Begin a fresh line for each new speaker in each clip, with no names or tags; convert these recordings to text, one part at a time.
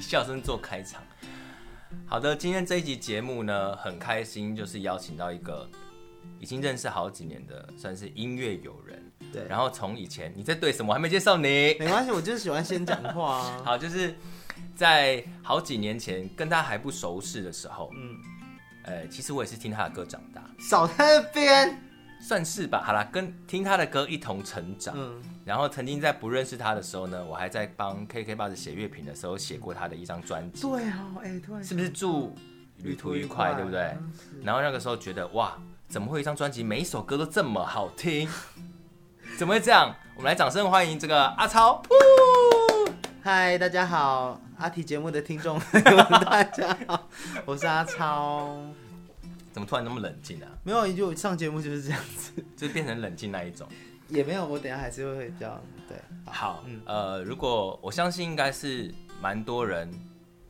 笑声做开场。好的，今天这一集节目呢，很开心，就是邀请到一个已经认识好几年的，算是音乐友人。
对，
然后从以前你在对什么，我还没介绍你。
没关系，我就是喜欢先讲话 啊。
好，就是在好几年前跟他还不熟识的时候，
嗯，
呃，其实我也是听他的歌长大，
少在那边。
算是吧。好啦，跟听他的歌一同成长。
嗯，
然后曾经在不认识他的时候呢，我还在帮 KK 报纸写乐评的时候写过他的一张专辑，
对哦，哎、突然
是不是祝旅途愉快，对不对？
嗯是
然后那个时候觉得哇，怎么会有一张专辑每一首歌都这么好听？ 怎么会这样？我们来掌声欢迎这个阿超。呜
嗨，大家好，阿提节目的听众 朋友们，大家好，我是阿超。
怎么突然那么冷静啊？
没有，就上节目就是这样子，
就变成冷静那一种。
也没有，我等一下还是会这样。对，
好，呃，如果我相信应该是蛮多人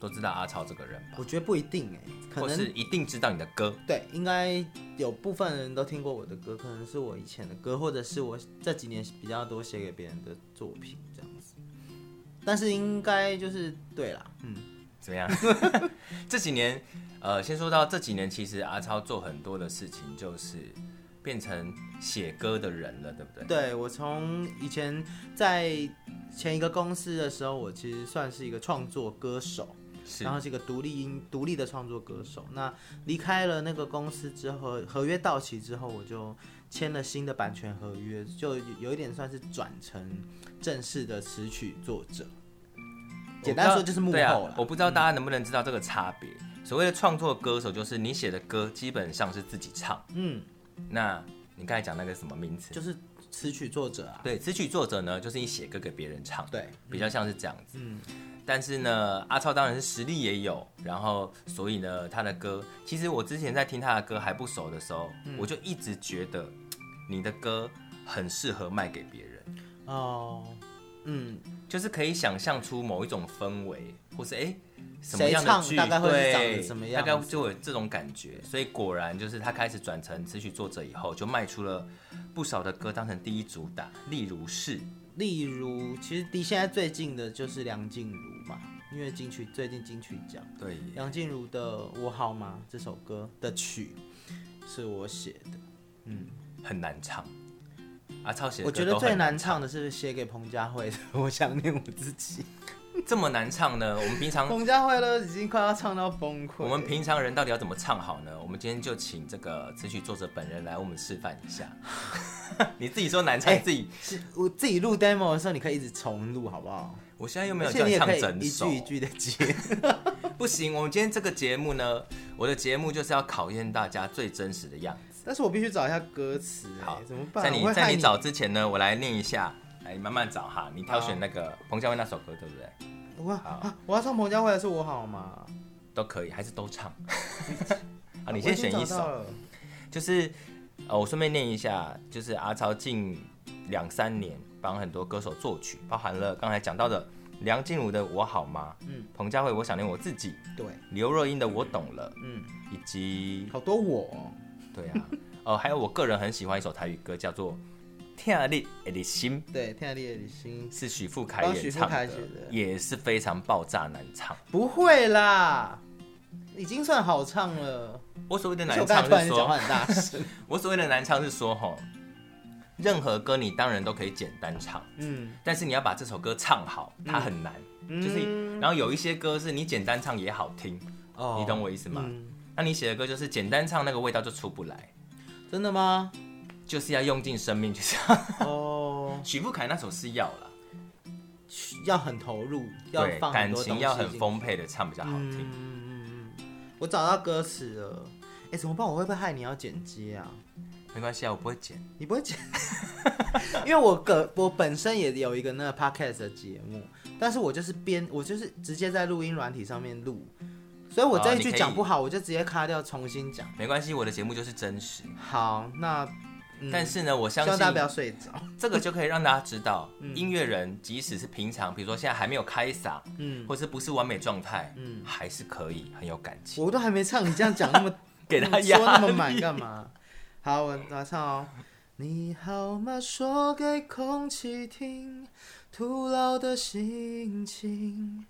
都知道阿超这个人吧，
我觉得不一定哎、可
或是
能
一定知道你的歌。
对，应该有部分人都听过我的歌，可能是我以前的歌，或者是我这几年比较多写给别人的作品这样子。但是应该就是对啦，嗯，
怎么样？这几年，呃，先说到这几年，其实阿超做很多的事情，就是变成写歌的人了，对不对？
对我从以前在前一个公司的时候，我其实算是一个创作歌手，
是
然后是一个独立音独立的创作歌手。那离开了那个公司之后，合约到期之后，我就签了新的版权合约，就有一点算是转成正式的词曲作者。简单说就是幕
对
后嗯
啊
了。。
我不知道大家能不能知道这个差别。所谓的创作歌手，就是你写的歌基本上是自己唱。
嗯，
那你刚才讲那个什么名词？
就是词曲作者啊。
对，词曲作者呢，就是你写歌给别人唱，
对，
比较像是这样子。
嗯，
但是呢，阿超当然是实力也有，然后所以呢，他的歌，其实我之前在听他的歌还不熟的时候，
嗯
我就一直觉得嘖你的歌很适合卖给别人，
哦，嗯，
就是可以想象出某一种氛围，或是哎、诶什么
谁
样的
唱
剧，
大概会是长得
对
什么样
大概
子
就有这种感觉。所以果然就是他开始转成词曲作者以后，就卖出了不少的歌当成第一主打，例如是
例如，其实离现在最近的就是梁静茹嘛，因为金曲最近金曲奖。
对耶
梁静茹的《我好吗》这首歌的曲是我写的，
很难唱。阿超写的
我
歌
觉
都
得
很
最难唱的是写给彭佳慧的《 我想念我自 己》。
这么难唱呢，我们平常
彭佳慧都已经快要唱到崩溃。
我们平常人到底要怎么唱好呢？我们今天就请这个词曲作者本人来我们示范一下。 你自己说难唱，
哎
自己
是我自己录 demo 的时候，你可以一直重录，好不好？
我现在又没
而
有
且
叫
你也
唱
可
整
以一
首
句，一句的接。
不行。我们今天这个节目呢，我的节目就是要考验大家最真实的样子。
但是我必须找一下歌词、哎
好
怎么办？
在
我
你
会
在
害
你找之前呢，我来念一下，来你慢慢找哈。你挑选
好
那个彭佳慧那首歌，对不对？
我啊，我要唱彭佳慧的是我好吗？
都可以，还是都 唱？好，
啊
你先选一。
我已经找到
首，
了
就是呃，我顺便念一下，就是阿超近两三年帮很多歌手作曲，包含了刚才讲到的梁静茹的《我好吗》，
嗯，
彭佳慧《我想念我自己》，
对，
刘若英的《我懂了
嗯，》，
以及
好多我哦、
对啊，呃，还有我个人很喜欢一首台语歌，叫做《天你的心
对，天啊地的心》，
是许富凯
帮
演
哦许富
唱
凯
的
写的
也是非常爆炸难唱。
不会啦，已经算好唱了。
我所谓的
而且
难
我刚
唱
才突然
是
就
说
讲话，很大 声。
我所谓的难唱是说，吼，任何歌你当然都可以简单唱。
嗯，
但是你要把这首歌唱好，它很难。就是，然后有一些歌是你简单唱也好听，
嗯哦
你懂我意思吗？
嗯
那你写的歌就是简单唱那个味道就出不来，
真 的吗？
就是要用尽生命去唱。
哦，
许富凯那首是要啦，
要很投入，要
对，
放很
感
多东
情
西
要很
进去
丰沛的唱比较好听。
嗯嗯嗯嗯，我找到歌词了。哎、怎么办？我会不会害你要剪接啊？
没关系啊，我不会剪。
你不会剪， 因为我个我本身也有一个那个 podcast 的节目，但是我就是编，我就是直接在录音软体上面录，所以我这
啊
一
你
句
可以
讲不好，我就直接卡掉重新讲。
没关系，我的节目就是真实。
好，那、嗯
但是呢，我
希
相
望大家不
信
要嗯睡着。
这个就可以让大家知 道，音乐人即使是平常，比如说现在还没有开嗓，
嗯，
或是不是完美状态，
嗯
还是可以很有感 情，哎
我都还没唱，你这样讲那么
给 他
说那
压
么
力。
满干嘛？好，我来唱哦。你好吗？说给空气听，徒劳的心情。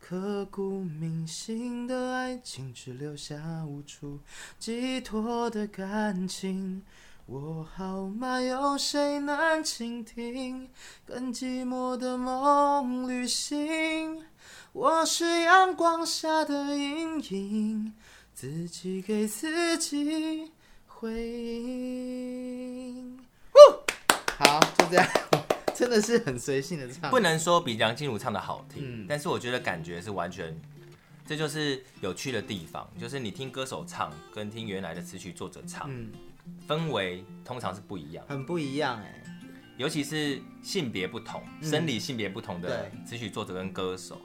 刻骨铭心的爱情，只留下无处寄托的感情。我好吗？有谁能倾听？跟寂寞的梦旅行。我是阳光下的阴影，自己给自己回应。好，就这样， 真的是很随性的唱。
不能说比梁静茹唱的好听，
嗯
但是我觉得感觉是完全，这就是有趣的地方，就是你听歌手唱跟听原来的词曲作者唱，
嗯，
氛围通常是不一样，
很不一样哎、
尤其是性别不同、
嗯
生理性别不同的
对
词曲作者跟歌手。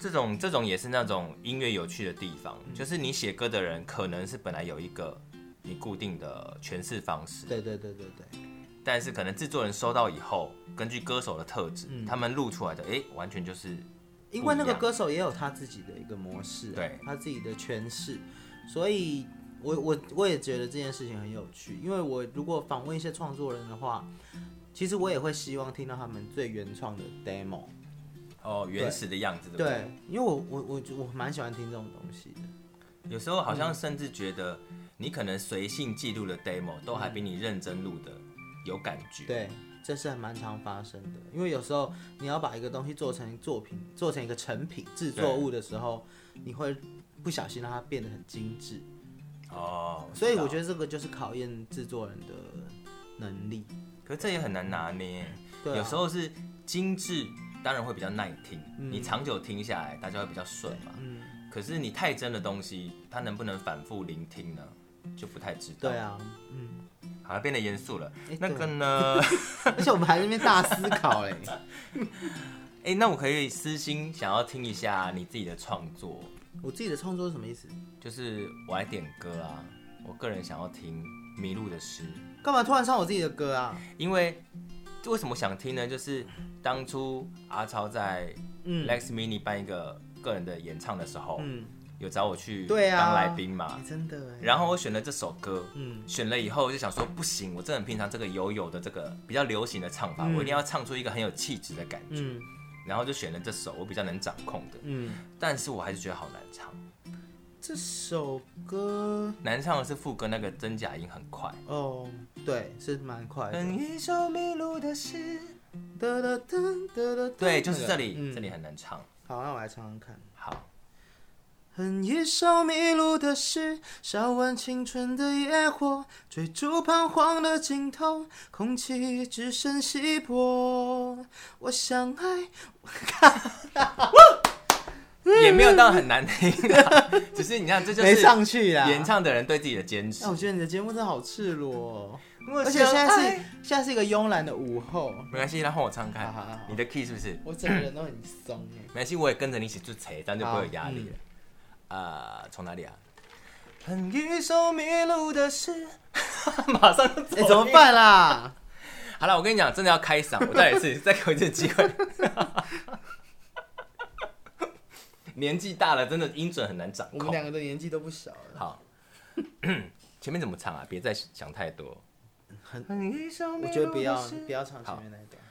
这种这种也是那种音乐有趣的地方，
嗯
就是你写歌的人可能是本来有一个你固定的诠释方式，
对对对对对，
但是可能制作人收到以后，根据歌手的特质，
嗯
他们录出来的，哎、完全就是
因为那个歌手也有他自己的一个模式、啊
对
他自己的诠释，所以我我我也觉得这件事情很有趣。因为我如果访问一些创作人的话，其实我也会希望听到他们最原创的 demo。
哦原始的样子，对不对？
对，因为我我我我蛮喜欢听这种东西的。
有时候好
嗯
像甚至觉得，你可能随性记录的 demo 都还比你认真录的有感觉。，
嗯对，这是蛮常发生的，因为有时候你要把一个东西做成作品，做成一个成品制作物的时候，你会不小心让它变得很精致，
哦，
所以我
得。
觉得这个就是考验制作人的能力。
可是这也很难拿捏，
对啊、
有时候是精致，当然会比较耐听，
嗯
你长久听下来，大家会比较顺嘛。
嗯，
可是你太真的东西，它能不能反复聆听呢？就不太知道。
对，啊，嗯，
好了，变得严肃了。
哎
那个
对
呢？
而且我们还在那边大思考哎、
哎、那我可以私心想要听一下你自己的创作，
我自己的创作是什么意思？
就是我来点歌啊，我个人想要听《迷路的诗》。
干嘛突然唱我自己的歌啊？
因为为什么想听呢？就是当初阿超在
嗯
Lex Mini 办一个个人的演唱的时候，
嗯，
有找我去
对啊
当来宾嘛。
哎真的哎、
然后我选了这首歌，
嗯
选了以后就想说不行，我真的平常这个悠悠的这个比较流行的唱法，
嗯
我一定要唱出一个很有气质的感觉。
嗯
然后就选了这首我比较能掌控的，
嗯，
但是我还是觉得好难唱。
这首歌
难唱的是副歌那个真假音很快，
哦，对，是蛮快的。
哼一首迷路的诗。
哒哒噔哒哒噔
对，就是这
那
里，
个嗯
这里很难唱。
好，那我来唱唱看。
好。
哼一首迷路的诗，烧完青春的野火，追逐彷徨的尽头，空气只剩稀薄。我想爱，
也没有到很难听、 啊，只是你看，这就是
嗯没上去啊啦。
演。唱的人对自己的坚持
哎那。我觉得你的节目真的好赤裸、哦，
我
而且现
想
在是
爱
现在是一个慵懒的午后，
没关系，那换我唱看
好好好，
你的 key 是不是？
我整个人都很松哎。
没关系，我也跟着你一起去扯，这样就不会有压力
好嗯
了。啊、从、哪里啊？ 哼一首迷路的诗，马上就走
哎、
音
怎么？办啊啦？
好了，我跟你讲，真的要开嗓，我再来一次，再给我一次机会。年纪大了，真的音准很难掌
我
控
们。两个的年纪都不小了。
好， 前面怎么唱啊？别再想太多。
很
哼一首迷
嗯我觉得
路
不
的
要
诗
不要唱前
好
面那一段。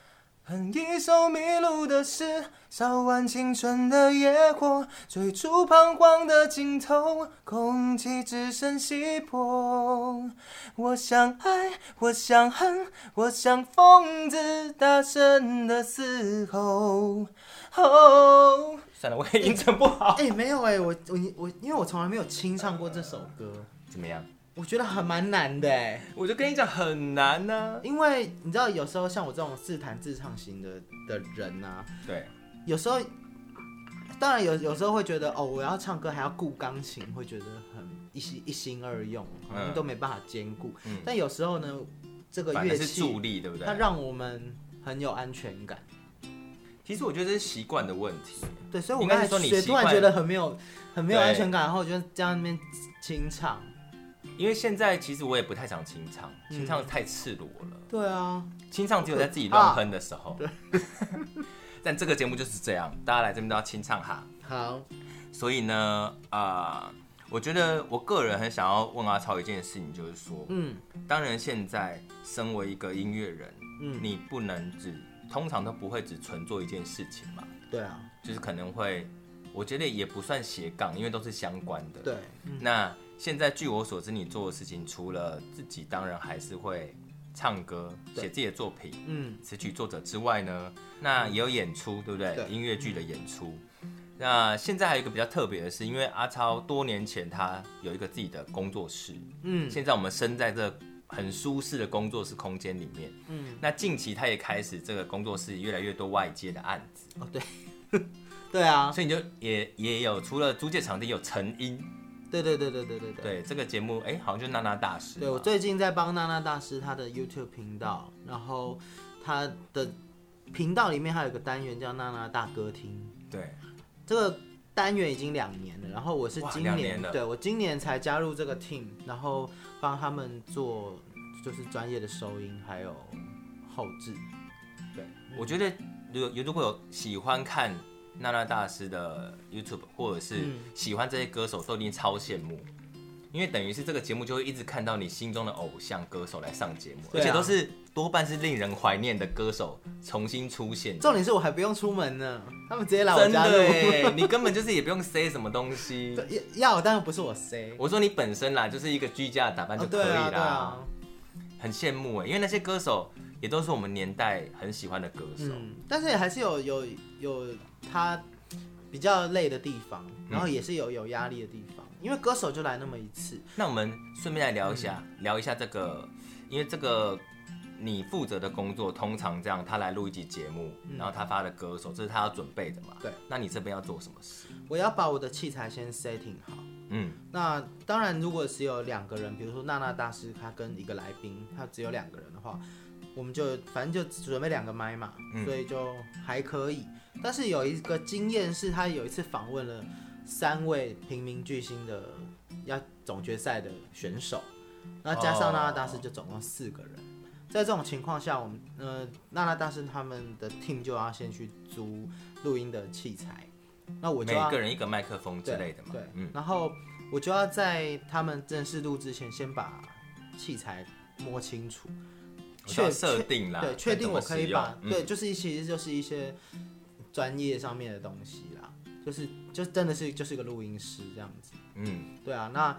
哼一首迷路的诗，烧完青春的野火，追逐彷徨的尽头，空气只剩稀薄。我想爱，我想恨，我像疯子大声的嘶吼。哦，算了，我也音程不好。
哎、没有哎、我我我，因为我从来没有清唱过这首歌，
怎么样？
我觉得还蛮难的哎、
我就跟你讲很难啊呢、
因为你知道，有时候像我这种自弹自唱型的的人呐、
对，
有时候当然有有时候会觉得哦，我要唱歌还要顾钢琴，会觉得很一心一心二用，好像
嗯
都没办法兼顾。
嗯
但有时候呢，这个
反
乐
正是助
器
力，对不对
它？让我们很有安全感。
其实我觉得这是习惯的问题。
对，所以我
应该
刚
是
才
说你
学
习
突然
惯
觉得很没有很没有
对
安全感，然后我就这样那边清唱。
因为现在其实我也不太想清唱，
嗯
清唱太赤裸了，
对啊，
清唱只有在自己乱哼的时候。 但这个节目就是这样，大家来这边都要清唱哈。
好，
所以呢，啊、我觉得我个人很想要问阿超一件事情，就是说，
嗯
当然现在身为一个音乐人，
嗯。
你不能只通常都不会只纯做一件事情嘛，
对啊，
就是可能会，我觉得也不算斜杠，因为都是相关的。
对，嗯
那现在据我所知，你做的事情除了自己，当然还是会唱歌、
对
写自己的作品、
嗯，
词曲作者之外呢，那也有演出，对不对？
对
音乐剧的演出。那现在还有一个比较特别的是，因为阿超多年前他有一个自己的工作室，
嗯，
现在我们身在这很舒适的工作室空间里面，
嗯，
那近期他也开始这个工作室越来越多外接的案子，
哦对，对啊，
所以你就也也有除了租借场地有成因，
对对对对对对对。
对这个节目，哎、好像就是娜娜大师嘛，
对我最近在帮娜娜大师她的 YouTube 频道，然后她的频道里面还有个单元叫娜娜大歌厅，
对
这个单元已经两年了，然后我是
哇
今
两年了
对我今年才加入这个 team，然后帮他们做就是专业的收音还有后置，
对，我觉得如果如果有喜欢看娜娜大师的 YouTube，或者是
嗯
喜欢这些歌手，都一定超羡慕。因为等于是这个节目就会一直看到你心中的偶像歌手来上节目，
对
而
啊
且都是多半是令人怀念的歌手重新出现的。
重点是我还不用出门呢，他们直接来我
真
家
的
录。
耶，你根本就是也不用塞什么东西。
对要要，当然不是我 C，
我说你本身啦，就是一个居家的打扮就
哦
可
对
以
啊
啦，
对啊，
很羡慕哎，因为那些歌手也都是我们年代很喜欢的歌手。
嗯，但是也还是有有有他比较累的地方，然后也是有有压力的地方，因为歌手就来那么一次，
那我们顺便来聊一下，聊一下这个，因为这个你负责的工作通常这样，他来录一集节目，然后他发的歌手，这是他要准备的嘛？
嗯对。
那你这边要做什么事？
我要把我的器材先 setting 好。
嗯，
那当然，如果只有两个人，比如说娜娜大师他跟一个来宾，他只有两个人的话，我们就反正就准备两个麦嘛，
嗯
所以就还可以。但是有一个经验是，他有一次访问了三位平民巨星的要总决赛的选手，那加上娜娜大师就总共四个人。在这种情况下，我们呃娜娜大师他们的 team 就要先去租录音的器材，那我就
每
要
个人一个麦克风之类的嘛。
对，
嗯，
然后我就要在他们正式录之前，先把器材摸清楚，
我就要
确
设定啦，
对，确定我可以把
该怎么使用嗯
对，就是一其实就是一些专业上面的东西啦，就是就真的是就是一个录音师这样子，
嗯，
对啊，那。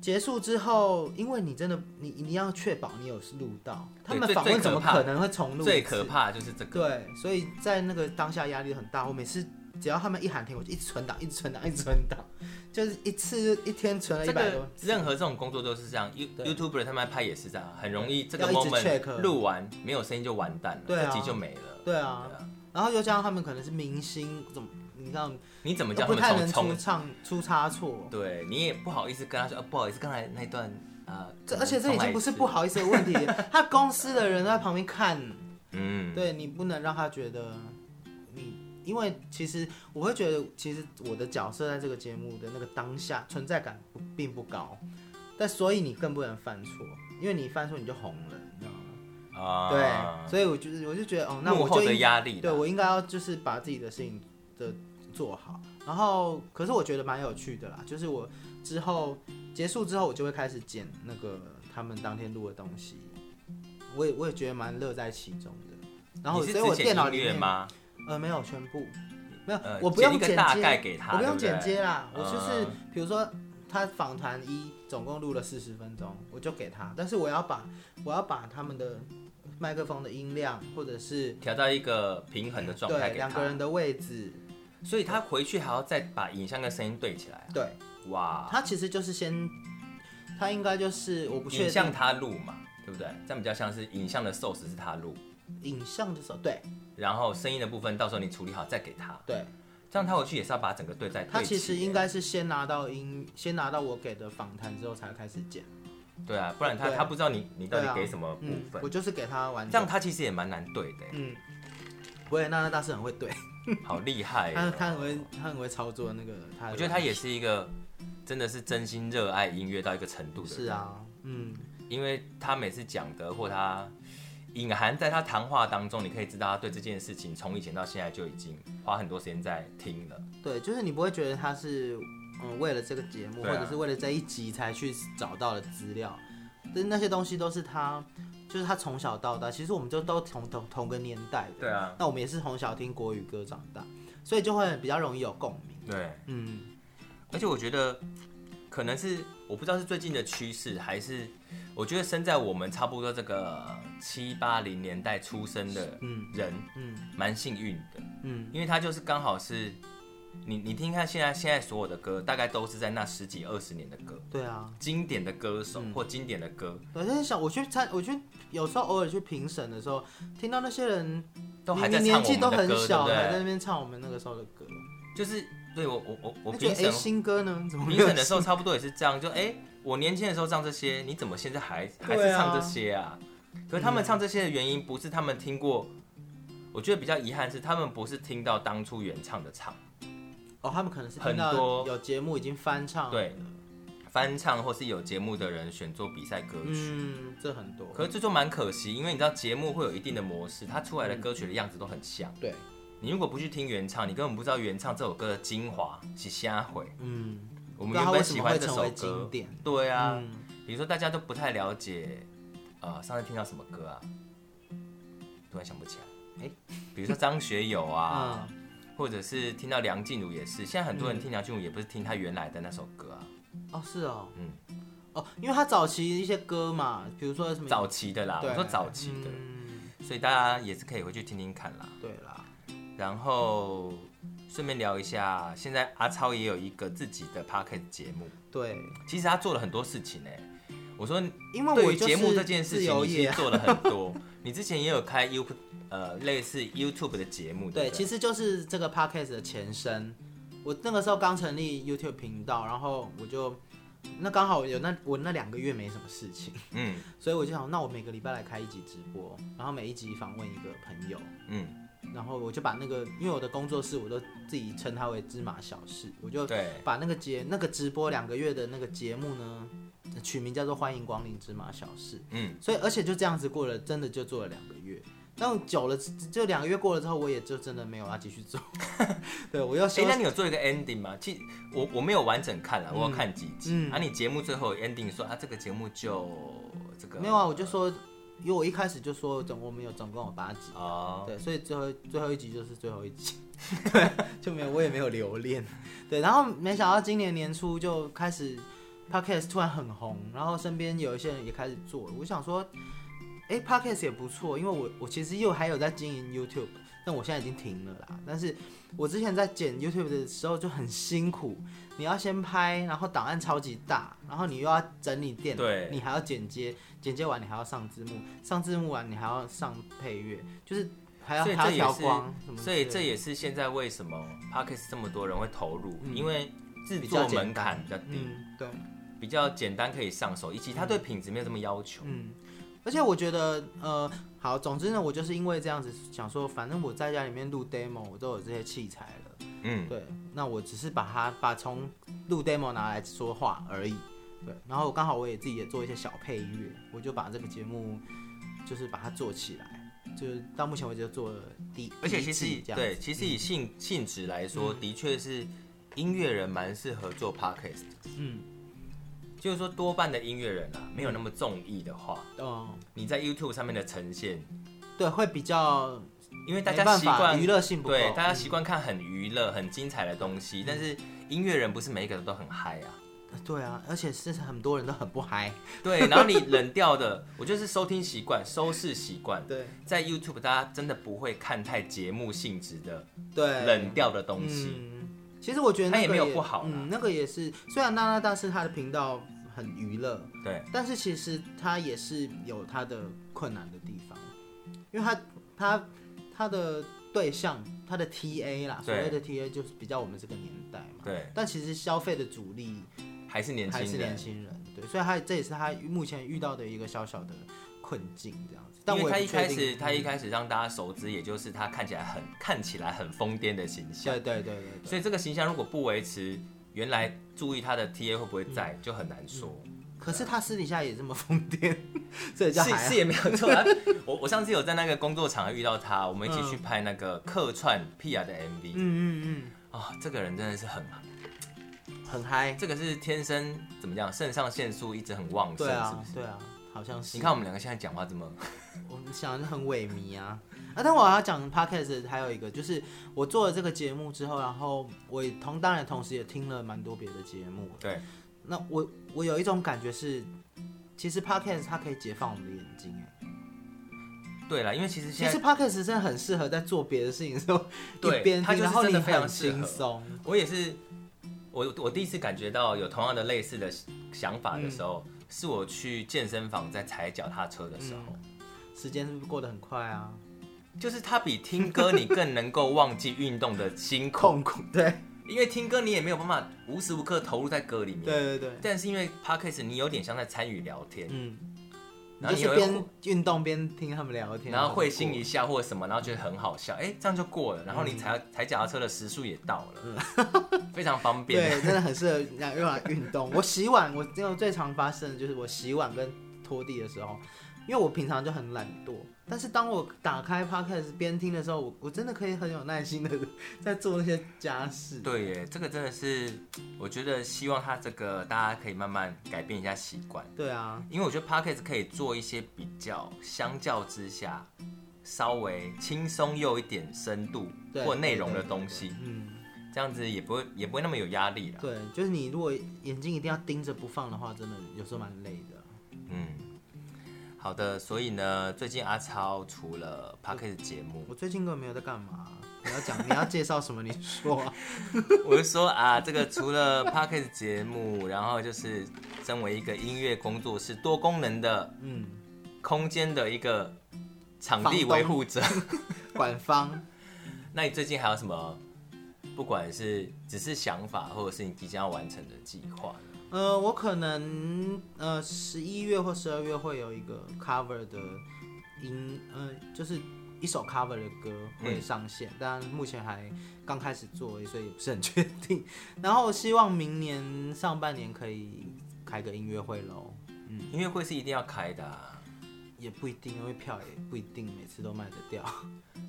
结束之后，因为你真的你你要确保你有录到，他们
最
访问
最
怎
可
么
怕
可能会重录一次？
最可怕的就是这个，
对，所以在那个当下压力很大。我每次只要他们一喊停，我就一直存档，一直存档，一直存档， 就是一次一天存了一
这
百多
个。任何这种工作都是这样，You
对嗯
YouTuber 他们拍也是这样，很容易这个
要一直 check
moment 录完没有声音就完蛋了，
对啊
这集就没了。
对啊，然后又加上他们可能是明星，怎么你知道
你怎么
又
叫
不
他
太
们
能
从
出
从
唱出差错。
对你也不好意思跟他说，呃，不好意思，刚才那段啊，呃可
这
能
而且这已
重来
经
一
不是
次
不好意思的问题，他公司的人都在旁边看，
嗯，
对你不能让他觉得你，因为其实我会觉得，其实我的角色在这个节目的那个当下存在感不并不高，但所以你更不能犯错，因为你犯错你就红了，你知道吗？
啊，
对，所以我就是我就觉得哦，那
幕
我
后
就
的
应
压力啦，
对我应该要就是把自己的事情的做好，然后可是我觉得蛮有趣的啦，就是我之后结束之后，我就会开始剪那个他们当天录的东西，我也我也觉得蛮乐在其中的。然后
你是
所以我
只剪
电脑
音
里
乐
面
吗？
呃没有全部，没有、
呃
我不
剪
用
一个
剪
大
接，
概给他
我不
对
用
不对
剪接啦，我就是
嗯
比如说他访谈一总共录了四十分钟，我就给他，但是我要把我要把他们的麦克风的音量或者是
调到一个平衡的状态
对
给
两个人
他，
的位置，
所以他回去还要再把影像跟声音对起来，
对，
哇，
他其实就是先，他应该就是我不确
影像
定
他录嘛，对不对？这样比较像是影像的 source 是他录，
影像的时候，对
然后声音的部分到时候你处理好再给他，
对，
这样他回去也是要把整个对在
他
对齐耶。
其实应该是先拿到音，先拿到我给的访谈之后才开始剪，
对啊，不然他
对
他不知道你你到
对
底
啊
给什么部
嗯，
分
我，就是给他完
这样
整，
他其实也蛮难对的耶，欸
嗯，维也纳那大师很会对，
好厉害
嗯他
哦。
他很会他很会操作那个他的，
我觉得他也是一个真的是真心热爱音乐到一个程度的人。
是，啊，嗯，
因为他每次讲的或他隐含在他谈话当中，你可以知道他对这件事情从以前到现在就已经花很多时间在听了。
对，就是你不会觉得他是嗯为了这个节目、
对啊
或者是为了这一集才去找到的资料，但那些东西都是他就是他从小到大，其实我们就都同同同个年代的，
对啊，
那我们也是从小听国语歌长大，所以就会比较容易有共鸣。
对，
嗯，
而且我觉得可能是我不知道是最近的趋势，还是我觉得生在我们差不多这个七八零年代出生的
嗯
人，
嗯
蛮幸运的，
嗯，
因为他就是刚好是你你听看现在现在所有的歌，大概都是在那十几二十年的歌，
对啊，
经典的歌手
嗯
或经典的歌
我在想，我去参，我去有时候偶尔去评审的时候，听到那些人
都还
明
在
明
唱我
年纪
们
都
的
很
歌，对
小，
不
还在
对？
那边唱我们那个时候的歌，
就是对我我我我
那
评
觉得哎
审
新歌呢？怎么没
评
有
审的时候
新
差不多也是这样，就哎、我年轻的时候唱这些，你怎么现在还还是
对啊
唱这些啊？可是他们唱这些的原因不是他们听过，我觉得比较遗憾是他们不是听到当初原唱的唱
哦，他们可能是
很
听到
多
有节目已经翻唱，嗯
对，翻唱，或是有节目的人选做比赛歌曲。
嗯，这很多，
可是这就蛮可惜，因为你知道节目会有一定的模式，它出来的歌曲的样子都很像。
对，
你如果不去听原唱，你根本不知道原唱这首歌的精华是瞎毁。
嗯，
我
不
们
知道
原
他为
本
什
喜
么
欢
会
这
成
首
为经
歌，
典，
对啊，
嗯
比如说大家都不太了解，呃，上次听到什么歌啊？突然想不起来。哎、比如说张学友啊，
嗯
或者是听到梁静茹也是。现在很多人听梁静茹也不是听她原来的那首歌啊，
哦，是哦，
嗯，
哦，因为他早期一些歌嘛，比如说什么
早期的啦，
嗯对
我说早期的，
嗯，
所以大家也是可以回去听听看啦。
对啦，
然后顺便聊一下，现在阿超也有一个自己的 p o c k e t 节目，
对，
其实他做了很多事情哎、我说
因为我
对于
就是
节目这件事
自
情，
由
你其
业
实，做了很多。 你之前也有开 You 呃类似 YouTube 的节目，
对，
不
其实就是这个 podcast 的前身。我那个时候刚成立 YouTube 频道，然后我就那刚好有那我那两个月没什么事情，
嗯
所以我就想，那我每个礼拜来开一集直播，然后每一集访问一个朋友，
嗯，
然后我就把那个，因为我的工作室我都自己称它为芝麻小事，我就
对，
把那个节那个直播两个月的那个节目呢，取名叫做“欢迎光临芝麻小事”。
嗯，
所以而且就这样子过了，真的就做了两个月。但久了，就两个月过了之后，我也就真的没有要继续做。 对我又
哎、
休
那
息，
你有做一个 ending 吗？其实我我没有完整看了，我有看几集。
嗯
啊，你节目最后有 ending 说啊，这个节目就这个
没有啊，我就说，因为我一开始就说总我们有总共有八集，
哦，
对，所以最后最后一集就是最后一集，对，就没有我也没有留恋，对，然后没想到今年年初就开始 podcast 突然很红，然后身边有一些人也开始做了，我想说，哎、p o d c a s t 也不错，因为我我其实又还有在经营 YouTube，但我现在已经停了啦，但是我之前在剪 YouTube 的时候就很辛苦，你要先拍，然后档案超级大，然后你又要整理电脑，
对
你还要剪接，剪接完你还要上字幕，上字幕完你还要上配乐，就是还要
所以
还
这也
要调
是
光什么之
所
类
以
的，
这也是现在为什么 podcast 这么多人会投入，
嗯
因为制
比较
作
简单
门槛比较低，
嗯对
比较简单可以上手，以及他对品质没有这么要求。
嗯，而且我觉得呃好，总之呢，我就是因为这样子想说，反正我在家里面录 demo，我都有这些器材了。
嗯，
对，那我只是把它把从录 demo 拿来说话而已。对，然后刚好我也自己也做一些小配乐，我就把这个节目就是把它做起来，就是到目前为止就做了第，
而且
第
其
一
实
季
以
这样
对，
子嗯
其实以性性质来说，的确是音乐人蛮适合做 podcast。
嗯
就是说，多半的音乐人啊，没有那么综艺的话，
嗯、
你在 YouTube 上面的呈现，
对，会比较
因为大
没
家
办
习
法
惯
娱乐性不够，
对，大家
嗯
习惯看很娱乐、很精彩的东西，但是音乐人不是每一个都很嗨啊。
对啊，而且是很多人都很不 嗨，
对，然后你冷掉的，我就是收听习惯、收视习惯，
对
在 YouTube 大家真的不会看太节目性质的
对，
冷掉的东西。
嗯，其实我觉得那
它
个
也没有不好啦
嗯，那个也是，虽然娜娜大师她的频道很娱乐，
对，
但是其实他也是有他的困难的地方，因为他他他的对象，他的 TA 啦，所
对
谓的 TA 就是比较我们这个年代嘛。
对，
但其实消费的主力
还是年轻
还
人，
是年轻人，对，所以他这也是他目前遇到的一个小小的困境这样子。但
因
我
为
也
他
不
一开
确
始，
定嗯
他一开始让大家熟知，也就是他看起来很看起来很疯癫的形象。
对对对对对，
所以这个形象如果不维持，原来注意他的 TA 会不会在，就很难说。
可是他私底下也这么疯癫， 所嗯以就是还好
是也没有错啊。 我我上次有在那个工作场遇到他，我们一起去拍那个客串 Pia 的 MV 啊、
嗯嗯
这个人真的是很，
嗯，很嗨，
这个是天生怎么讲，肾上腺素一直很旺盛，
对
是
啊
不是？
对啊，好好像是。
你看我们两个现在讲话这么，
我们想的很萎靡啊啊！但我要讲 podcast 还有一个，就是我做了这个节目之后，然后我也同当然同时也听了蛮多别的节目。
对，
那我我有一种感觉是，其实 podcast 它可以解放我们的眼睛。哎，
对了，因为其实
其
现在
实 podcast 真的很适合在做别的事情的时候
对
一边
它
听，
就是
然后
真
你
的非常
很
适合
轻松。
我也是，我我第一次感觉到有同样的类似的想法的时候，
嗯
是我去健身房在踩脚踏车的时候，
嗯时间是不是过得很快啊？
就是它比听歌你更能够忘记运动的辛苦，
痛苦，对
因为听歌你也没有办法无时无刻投入在歌里面。
对对对，
但是因为 podcast 你有点像在参与聊天，
嗯，你
然后
就
你
是
会
边运动边听他们聊天，啊
然后会
心
心
里
一笑或什么，然后觉得很好笑，哎、这样就过了。然
嗯
后你踩踩脚踏车的时速也到了， 非常方便。
对，真的很适合让用来运 动。我洗碗，我这种最常发生的就是我洗碗跟拖地的时候，因为我平常就很懒惰，但是当我打开 podcast 边听的时候，我我真的可以很有耐心的在做那些家事。
对耶，这个真的是，我觉得希望他这个大家可以慢慢改变一下习惯，
对啊，
因为我觉得 podcast 可以做一些比较，相较之下稍微轻松又一点深度
对
或内容的东西，
嗯，
这样子也不会也不会那么有压力了。
对，就是你如果眼睛一定要盯着不放的话，真的有时候蛮累的。
嗯，好的，所以呢，最近阿超除了 podcast 节目，
我最近根本没有在干嘛、你要讲，你要介绍什么？你说、啊。
我就说啊，这个除了 podcast 节目，然后就是身为一个音乐工作室多功能的
嗯，
空间的一个场地维护者，
管方。
那你最近还有什么？不管是只是想法，或者是你即将要完成的计划，
呃，我可能呃十一月或十二月会有一个 cover 的音，呃，就是一首 cover 的歌会上线，但目前还刚开始做，所以也不是很确定。然后希望明年上半年可以开个音乐会喽，嗯
音乐会是一定要开的、啊，
也不一定，因为票也不一定每次都卖得掉。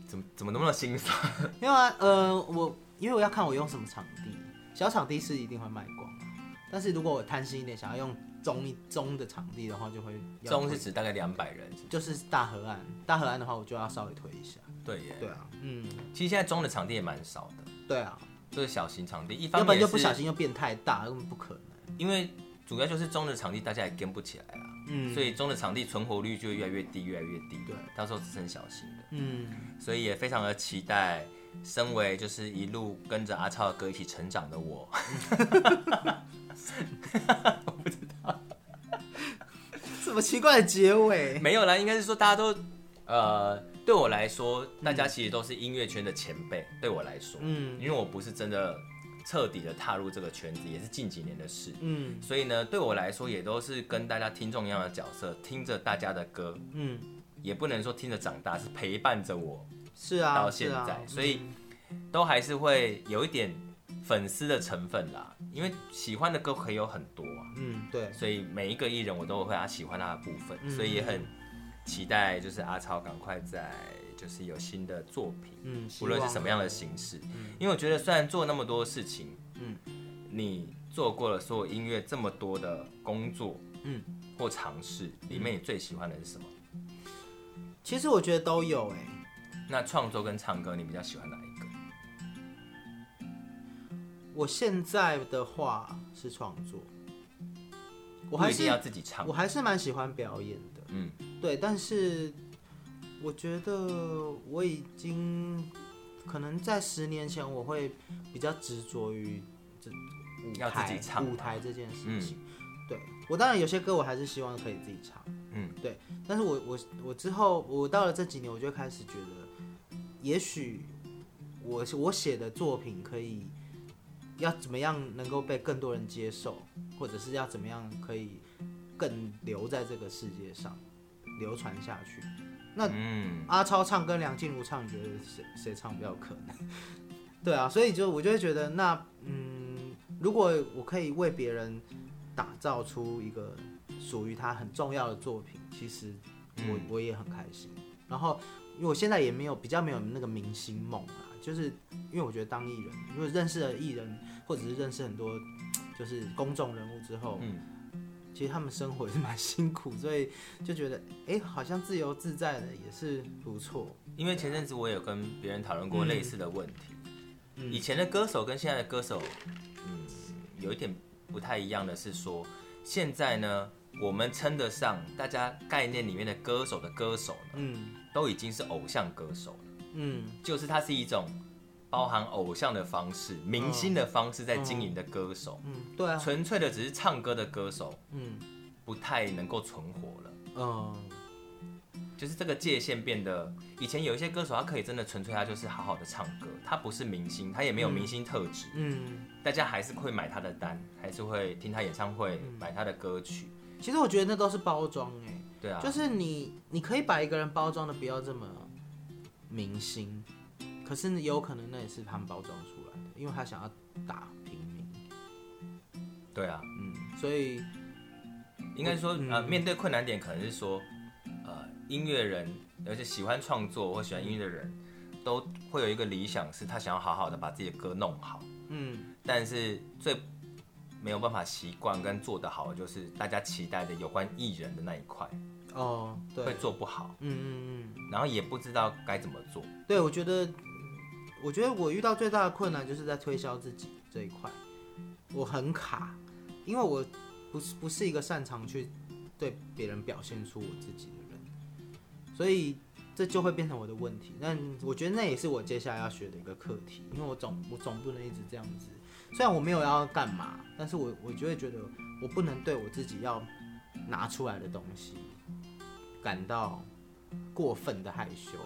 怎么怎么那么心酸？
因为啊呃，我因为我要看我用什么场地，小场地是一定会卖光啊，但是如果我贪心一点，想要用中一中的场地的话，就会要
中是指大概两百人，是不
就是大河岸，大河岸的话，我就要稍微推一下。
是对耶。
对啊，嗯，
其实现在中的场地也蛮少的，
对啊，
就是小型场地，一
要
方
不
面
然
也
就是不小心又变太大，根本不可能。
因为主要就是中的场地大家也跟不起来啊了。
嗯，
所以中的场地存活率就越来越低，越来越低。
对，
到时候只剩小型的，
嗯，
所以也非常的期待。身为就是一路跟着阿超的歌一起成长的我，
什么奇怪的结尾？
没有啦，应该是说大家都，呃，对我来说，大家其实都是音乐圈的前辈。对我来说，
嗯
因为我不是真的彻底的踏入这个圈子，也是近几年的事，
嗯
所以呢，对我来说也都是跟大家听众一样的角色，听着大家的歌，
嗯，
也不能说听着长大，是陪伴着我
是啊，
到现
是啊
在所以都还是会有一点粉丝的成分啦，因为喜欢的歌可以有很多啊，
嗯，对，
所以每一个艺人我都会他喜欢他的部分，
嗯
所以也很期待就是阿超赶快在就是有新的作品，
嗯，
无论是什么样的
希
形式，因为我觉得虽然做那么多事情，
嗯
嗯，你做过了所有音乐这么多的工作，
嗯
嗯，或尝试，里面你最喜欢的是什么？
望，其实我觉得都有哎、
那创作跟唱歌你比较喜欢哪一个？
我现在的话是创作，
不
我还
一定
是
要自己唱
我，还是蛮喜欢表演的。
嗯。
对，但是我觉得我已经可能在十年前，我会比较执着于这舞
要自
台
己唱
舞
吧
台这件事
嗯
情。对我当然有些歌我还是希望可以自己唱，
嗯，
对。但是我我我之后我到了这几年，我就开始觉得，也许我我写的作品可以要怎么样能够被更多人接受，或者是要怎么样可以更留在这个世界上，流传下去。那
嗯，
阿超唱跟梁静茹唱，你觉得谁谁唱比较有可能？ 对啊，所以就我就会觉得，那嗯，如果我可以为别人打造出一个属于他很重要的作品，其实我、
嗯
我也很开心。然后，因为我现在也没有比较没有那个明星梦啊，就是因为我觉得当艺人，因为认识了艺人，或者是认识很多就是公众人物之后，
嗯
其其实他们生活也是蛮辛苦，所以就觉得哎、诶好像自由自在的也是不错。
因为前阵子我也有跟别人讨论过类似的问题。
嗯
以前的歌手跟现在的歌手，嗯，有一点不太一样的是说，现在呢，我们称得上大家概念里面的歌手的歌手呢，
嗯
都已经是偶像歌手了，
嗯
就是它是一种包含偶像的方式、明星的方式在经营的歌手，
嗯，对啊，
纯粹的只是唱歌的歌手
嗯
不太能够存活了。
嗯
就是这个界限变得，以前有一些歌手他可以真的纯粹他就是好好的唱歌，他不是明星，他也没有明星特质，
嗯，
大家还是会买他的单，还是会听他演唱会，买他的歌曲，
其实我觉得那都是包装哎、
对啊，
就是你，你可以把一个人包装的不要这么明星，可是有可能那也是他们包装出来的，因为他想要打平民，
对啊，
嗯，所以
应该说呃，面对困难点可能是说，呃，音乐人，而且喜欢创作或喜欢音乐的人，都会有一个理想，是他想要好好的把自己的歌弄好，
嗯
但是最没有办法习惯跟做得好，的就是大家期待的有关艺人的那一块
哦，对，
会做不好，
嗯嗯
然后也不知道该怎么做。
嗯，对，我觉得，我觉得我遇到最大的困难就是在推销自己这一块，我很卡，因为我不是不是一个擅长去对别人表现出我自己的人，所以这就会变成我的问题。但我觉得那也是我接下来要学的一个课题，因为我总我总不能一直这样子。虽然我没有要干嘛，但是我我就会觉得我不能对我自己要拿出来的东西感到过分的害羞。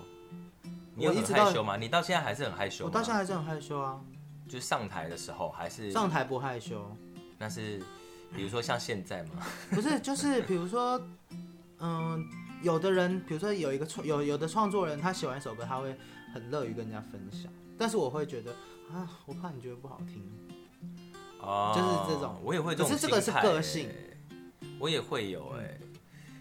你有
我一
很
直
害
到
羞吗？你到现在还是很害羞吗？
我到现在还是很害羞啊，
就是上台的时候还是
上台不害羞。
那是，比如说像现在嘛，
不是，就是比如说， 嗯，有的人，比如说有一个创有有的创作人，他写完一首歌，他会很乐于跟人家分享，但是我会觉得啊，我怕你觉得不好听，
哦，
就是这种
我也会这种
可
心
是
态欸，
这个是个性嗯
我也会有哎、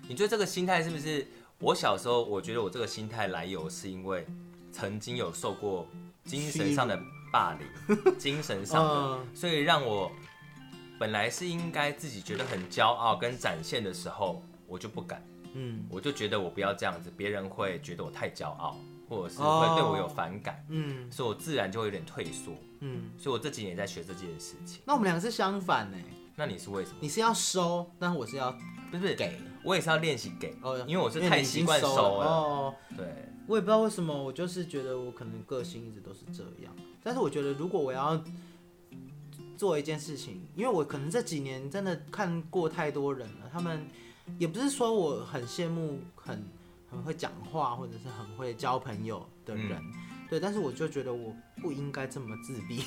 你觉得这个心态是不是？我小时候我觉得我这个心态来由是因为曾经有受过精神上的霸 凌，精神上的，
嗯
所以让我本来是应该自己觉得很骄傲跟展现的时候，我就不敢。
嗯
我就觉得我不要这样子，别人会觉得我太骄傲，或者是
哦
会对我有反感，
嗯
所以我自然就会有点退缩。
嗯。
所以我这几年也在学这件事情。
那我们两个是相反呢、
那你是为什么？
你是要收，但我是要
不是，
给。
我也是要练习给
哦，，
因为我是
你
太
已
习
经
惯
收
收
了。
了。
哦，
对，
我也不知道为什么，我就是觉得我可能个性一直都是这样。但是我觉得，如果我要做一件事情，因为我可能这几年真的看过太多人了，他们也不是说我很羡慕很很会讲话或者是很会交朋友的人，
嗯
对，但是我就觉得我不应该这么自闭，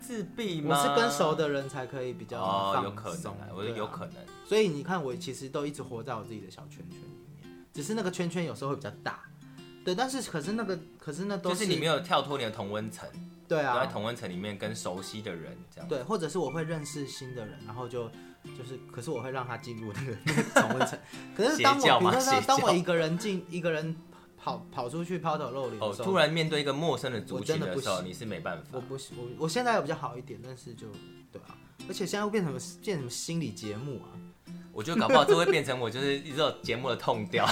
自闭
我
吗？
是跟熟的人才可以比较
哦，
放
有可
松
能啊，，我觉
对
得
啊
有可能。
所以你看，我其实都一直活在我自己的小圈圈里面，只是那个圈圈有时候会比较大，对。但是可是那个，可是那都
就是你没有跳脱你的同温层，
对
都在
啊，
同温层里面跟熟悉的人这样。
对，或者是我会认识新的人，然后就就是，可是我会让他进入那个那个同温层。可是当 我
邪教
比
吗
如说当
邪教
当我一个人进一个人跑跑出去抛头露脸
哦，
的时候，
突然面对一个陌生的族群
我真的
的
不
时候，
行
你是没办法
我。不是我我现在有比较好一点，但是就对啊，而且现在又变成什么变成什么心理节目啊，
我觉得搞不好这会变成我就是一直节目的痛 调，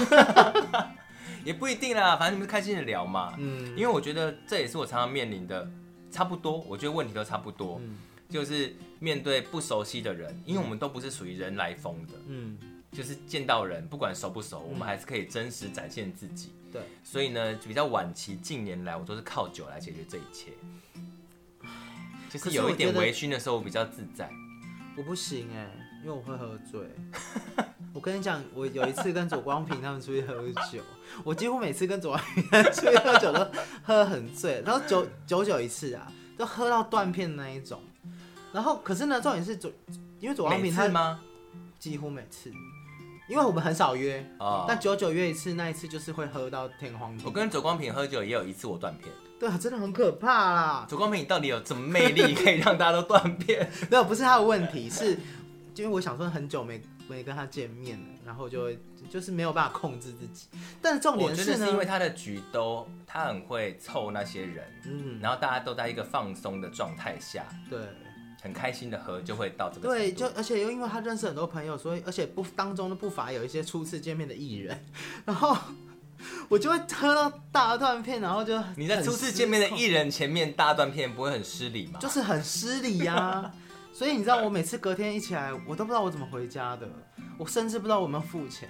也不一定啦，反正你们开心的聊嘛。
嗯
因为我觉得这也是我常常面临的，差不多，我觉得问题都差不多，
嗯
就是面对不熟悉的人，因为我们都不是属于人来疯的，
嗯，
就是见到人不管熟不熟，我们还是可以真实展现自己。
对，
所以呢，比较晚期近年来，我都是靠酒来解决这一切。就是有一点
可是我觉得
微醺的时候，我比较自在。
我不行哎、因为我会喝醉。 我跟你讲，我有一次跟左光平他们出去喝酒， 我几乎每次跟左光平他们出去喝酒都喝很醉，然后九九九一次啊，都喝到断片那一种。然后可是呢，重点是左，因为左光
每
平
次
他
吗？
几乎每次，因为我们很少约，
哦，
但九九约一次，那一次就是会喝到天荒地
我
老。
跟左光平喝酒也有一次我断片。
对啊，真的很可怕啦。
左光平，你到底有什么魅力可以让大家都断片？
没有，不是他的问题，是因为我想说很久没没跟他见面了，然后就会就是没有办法控制自己。但是 重
我
点
觉得
呢，
是因为他的举都，他很会凑那些人，
嗯，
然后大家都在一个放松的状态下，
对，
很开心的合就会到这个
对，
程度
就而且又因为他认识很多朋友，所以而且不当中都不乏有一些初次见面的艺人， 然后我就会喝到大断片，然后就
你在
很
初次
失
见面的
控
艺人前面大断片不会很失礼吗？
就是很失礼呀、 所以你知道，我每次隔天一起来，我都不知道我怎么回家的，我甚至不知道我有没有付钱。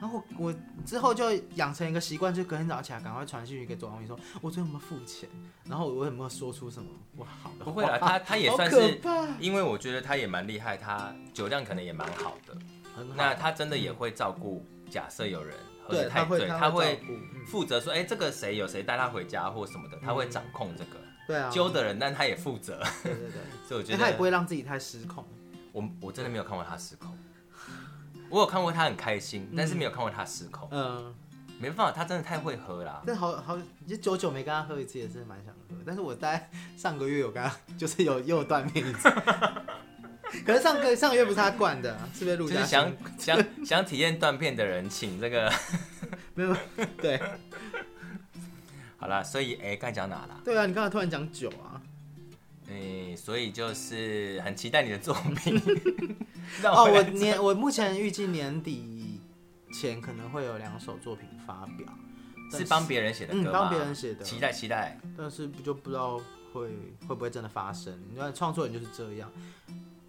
然后我我之后就养成一个习惯，就隔天早上起来赶快传讯息给左宏宇说，我昨天有没有付钱？然后我有没有说出什么不好的话？
不会啦，他他也
好
算
可
是
怕，
因为我觉得他也蛮厉害，他酒量可能也蛮好的。
很好。
那他真的也会照顾，假设有人喝
对，
得太
他
醉，
会
他
会
会
照顾，嗯
负责说，哎，这个谁有谁带他回家或什么的，他会掌控这个
对啊，
揪的人，但他也负责，
对对对。
所以我觉
因为哎他也不
得
会让自己太失控。
我我真的没有看过他失控。我有看过他很开心，但是没有看过他失控。
嗯，
没办法，他真的太会喝啦。
但好好，就久久没跟他喝一次，也是蛮想喝。但是我大概上个月有跟他，就是有又断片一次。可是上个上个月不是他灌的，是被陆
就
嘉
是
欣
想 想想体验断片的人，请这个
没有对
好啦。所以，哎，该讲哪啦？
对啊，你刚才突然讲酒啊，
嗯，所以就是很期待你的作品。 让
哦，
来
我年我目前预计年底前可能会有两首作品发表，但
是帮别人写的歌吗
嗯帮别人写的
期待期待。
但是不就不知道会会不会真的发生。你看创作人就是这样，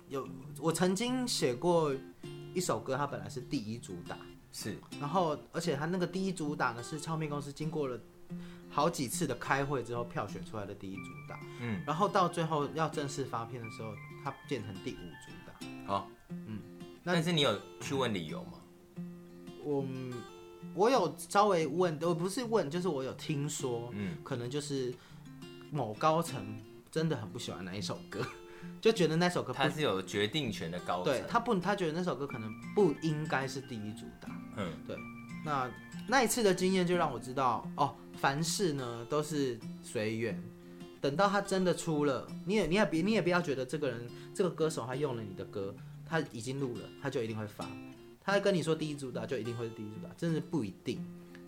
有我曾经写过一首歌，它本来是第一主打，
是
然后而且它那个第一主打呢是唱片公司经过了好几次的开会之后票选出来的第一主打，
嗯，
然后到最后要正式发片的时候，它变成第五主打。
好，
嗯，那
但是你有去问理由吗？
我我有稍微问，我不是问，就是我有听说，
嗯，
可能就是某高层真的很不喜欢那一首歌， 就觉得那首歌
他
不，
是有决定权的高层
对，他不，他觉得那首歌可能不应该是第一主打。
嗯，
那那一次的经验就让我知道，哦，凡事呢都是随缘。等到他真的出了，你也你也别你也不要觉得这个人这个歌手他用了你的歌，他已经录了，他就一定会发。他跟你说第一主打就一定会是第一主打，真的不一定。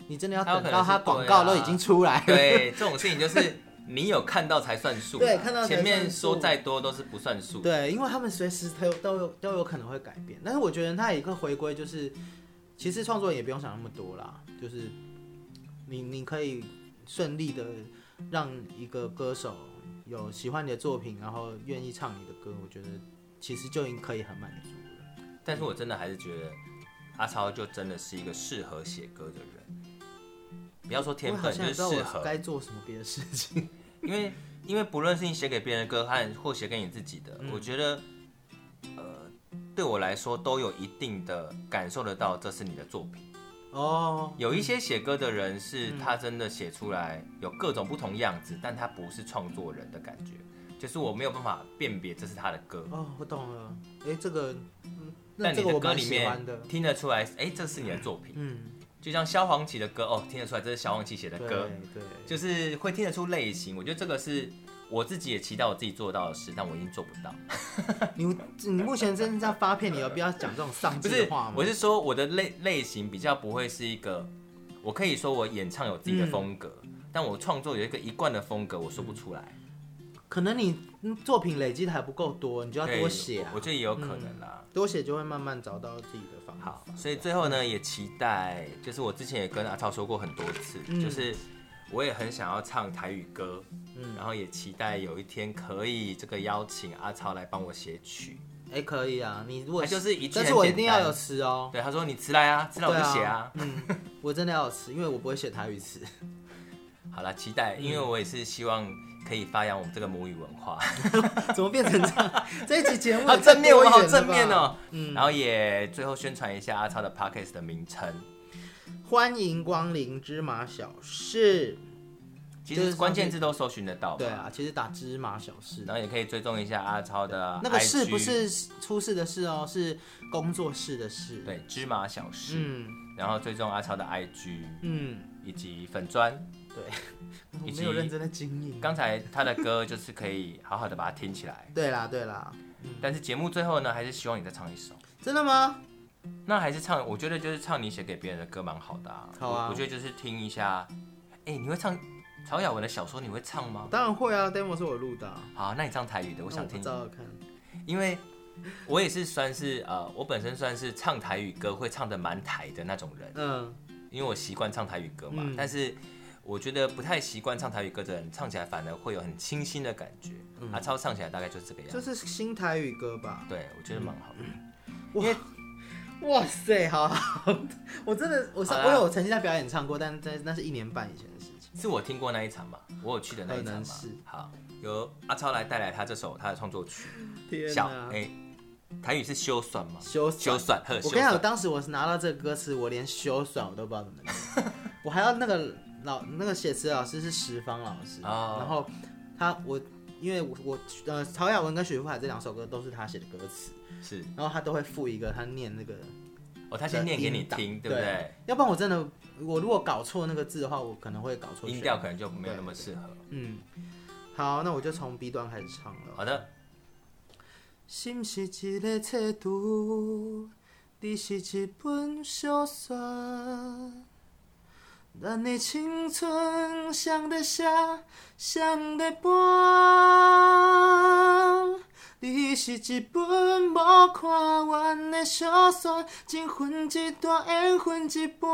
你真的要
他有
等
可
到
能是啊
他广告都已经 出来了，
对，这种事情就是你有看到才算数啦。
对看到才
前面
算数
说再多都是不算数。
对，因为他们随时都有都有都有可能会改变，但是我觉得他有一个回归就是，其实创作人也不用想那么多啦，就是你你可以顺利的让一个歌手有喜欢你的作品，然后愿意唱你的歌，我觉得其实就已经可以很满足了。
但是我真的还是觉得阿超就真的是一个适合写歌的人，不要说天
我好
分，
像
就
也
是
不知道
适
我
合。
该做什么别的事 情。
因为因为不论是你写给别人的歌，和或写给你自己的，
嗯
我觉得，呃，对我来说都有一定的感受得到，这是你的作品。
哦，
有一些写歌的人是
嗯
他真的写出来有各种不同样子，但他不是创作人的感觉，就是我没有办法辨别这是他的歌，
哦，我懂了。哎，这个，嗯，那
但
这
你
个我
歌
蛮
里
喜欢
面
的。
听得出来，哎，这是你的作品。
嗯，
就像萧煌奇的歌，哦，听得出来这是萧煌奇写的
对
歌，
对，
就是会听得出类型。我觉得这个是我自己也期待我自己做到的事，但我已经做不到。
你你目前真的在发片，你有必要讲这种丧
不
气的
是
话吗？，
我是说我的类类型比较不会是一个，我可以说我演唱有自己的风格，
嗯
但我创作有一个一贯的风格，我说不出来。
可能你嗯作品累积的还不够多，你就要
对
多写啊嗯
我我，觉得也有可能啦。
多写就会慢慢找到自己的方法
好。，所以最后呢，也期待，就是我之前也跟阿超说过很多次，
嗯
就是我也很想要唱台语歌，
嗯
然后也期待有一天可以这个邀请阿超来帮我写曲。
哎、可以啊，你如果
哎就是一句
但是
很
我一
简
定要
单
有词哦，
对，他说你词来啊，词来我就写啊。
嗯，我真的要有词，因为我不会写台语词。 啊
好啦，期待，因为我也是希望可以发扬我们这个母语文 化。
怎么变成这样？这一期节目
好
也太
正面，我们
多
好
元了
正面
吧。嗯
哦。然后也最后宣传一下阿超的 podcast 的名称，
欢迎光临芝麻小事。
其
就是
实
上
关键字都搜寻得到。
对，啊，其实打芝麻小事，
然后也可以追踪一下阿超的
那个
IG
事不是出事的事哦，是工作室的事。，
对芝麻小事，
嗯
然后追踪阿超的 IG
嗯，
以及粉砖。
我
以
没有
及
认真的经营。
刚才他的歌就是可以好好的把它听起来，
对啦对啦，
但是节目最后呢，还是希望你再唱一首。
真的吗？
那还是唱，我觉得就是唱你写给别人的歌蛮好的啊。
好啊
我我觉得就是听一下，哎、你会唱曹雅文的小说你会唱吗？
当然会啊，demo 是我录的啊、
好，那你唱台语的，我
那
想听
不。照看。
因为我也是算是呃，我本身算是唱台语歌会唱的蛮台的那种人，
嗯，
因为我习惯唱台语歌嘛。
嗯
但是我觉得不太习惯唱台语歌的人，唱起来反而会有很清新的感觉。
嗯
阿超唱起来大概就是这个样
就
子。
是新台语歌吧。
对，我觉得蛮好
嗯
的。啊
哇塞，好好， 我真的，我上
好
我
啦我
有曾经在表演唱过，但但那是一年半以前的事情。
是我听过那一场嘛，我有去的那一
可
场
能
嘛
是。
好，由阿超来带来他这首他的创作曲《
天
小
哪》。
哎、台语是修算吗？
羞
修
羞
算，呵，
我
修
跟你讲，
算。
当时我是拿到这个歌词，我连羞爽我都不知道怎么念， 我还要那个老那个写词老师是石方老师，
哦
然后他我因为我我呃曹雅文跟许富凯这两首歌都是他写的歌词，
是
然后他都会附一个他念那个，
哦，他先念给你听，
音档
对不对
对？要不然我真的我如果搞错那个字的话，我可能会搞错
音
旋律
调可能就没有那么适合。
嗯，好，那我就从 B 段开始唱了。
好的，
心是一个册橱，你是一本小说，咱的青春谁在写，谁在搬？你是一本无看完的小说，一分一段缘分一半。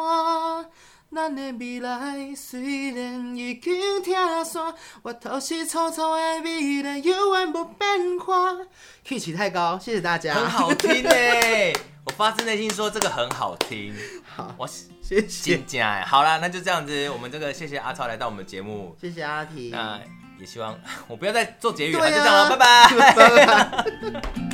咱的未来虽然已经拆散，我头是草草的美丽，永远不变化。k 起太高，谢谢大家。
很好听哎、 我发自内心说这个很好听，
好，
我
谢谢，
真假哎。好啦，那就这样子，我们这个谢谢阿超来到我们节目，
谢谢阿婷。
那也希望我不要再做结语了，
对啊
就这样了，拜拜。
拜拜。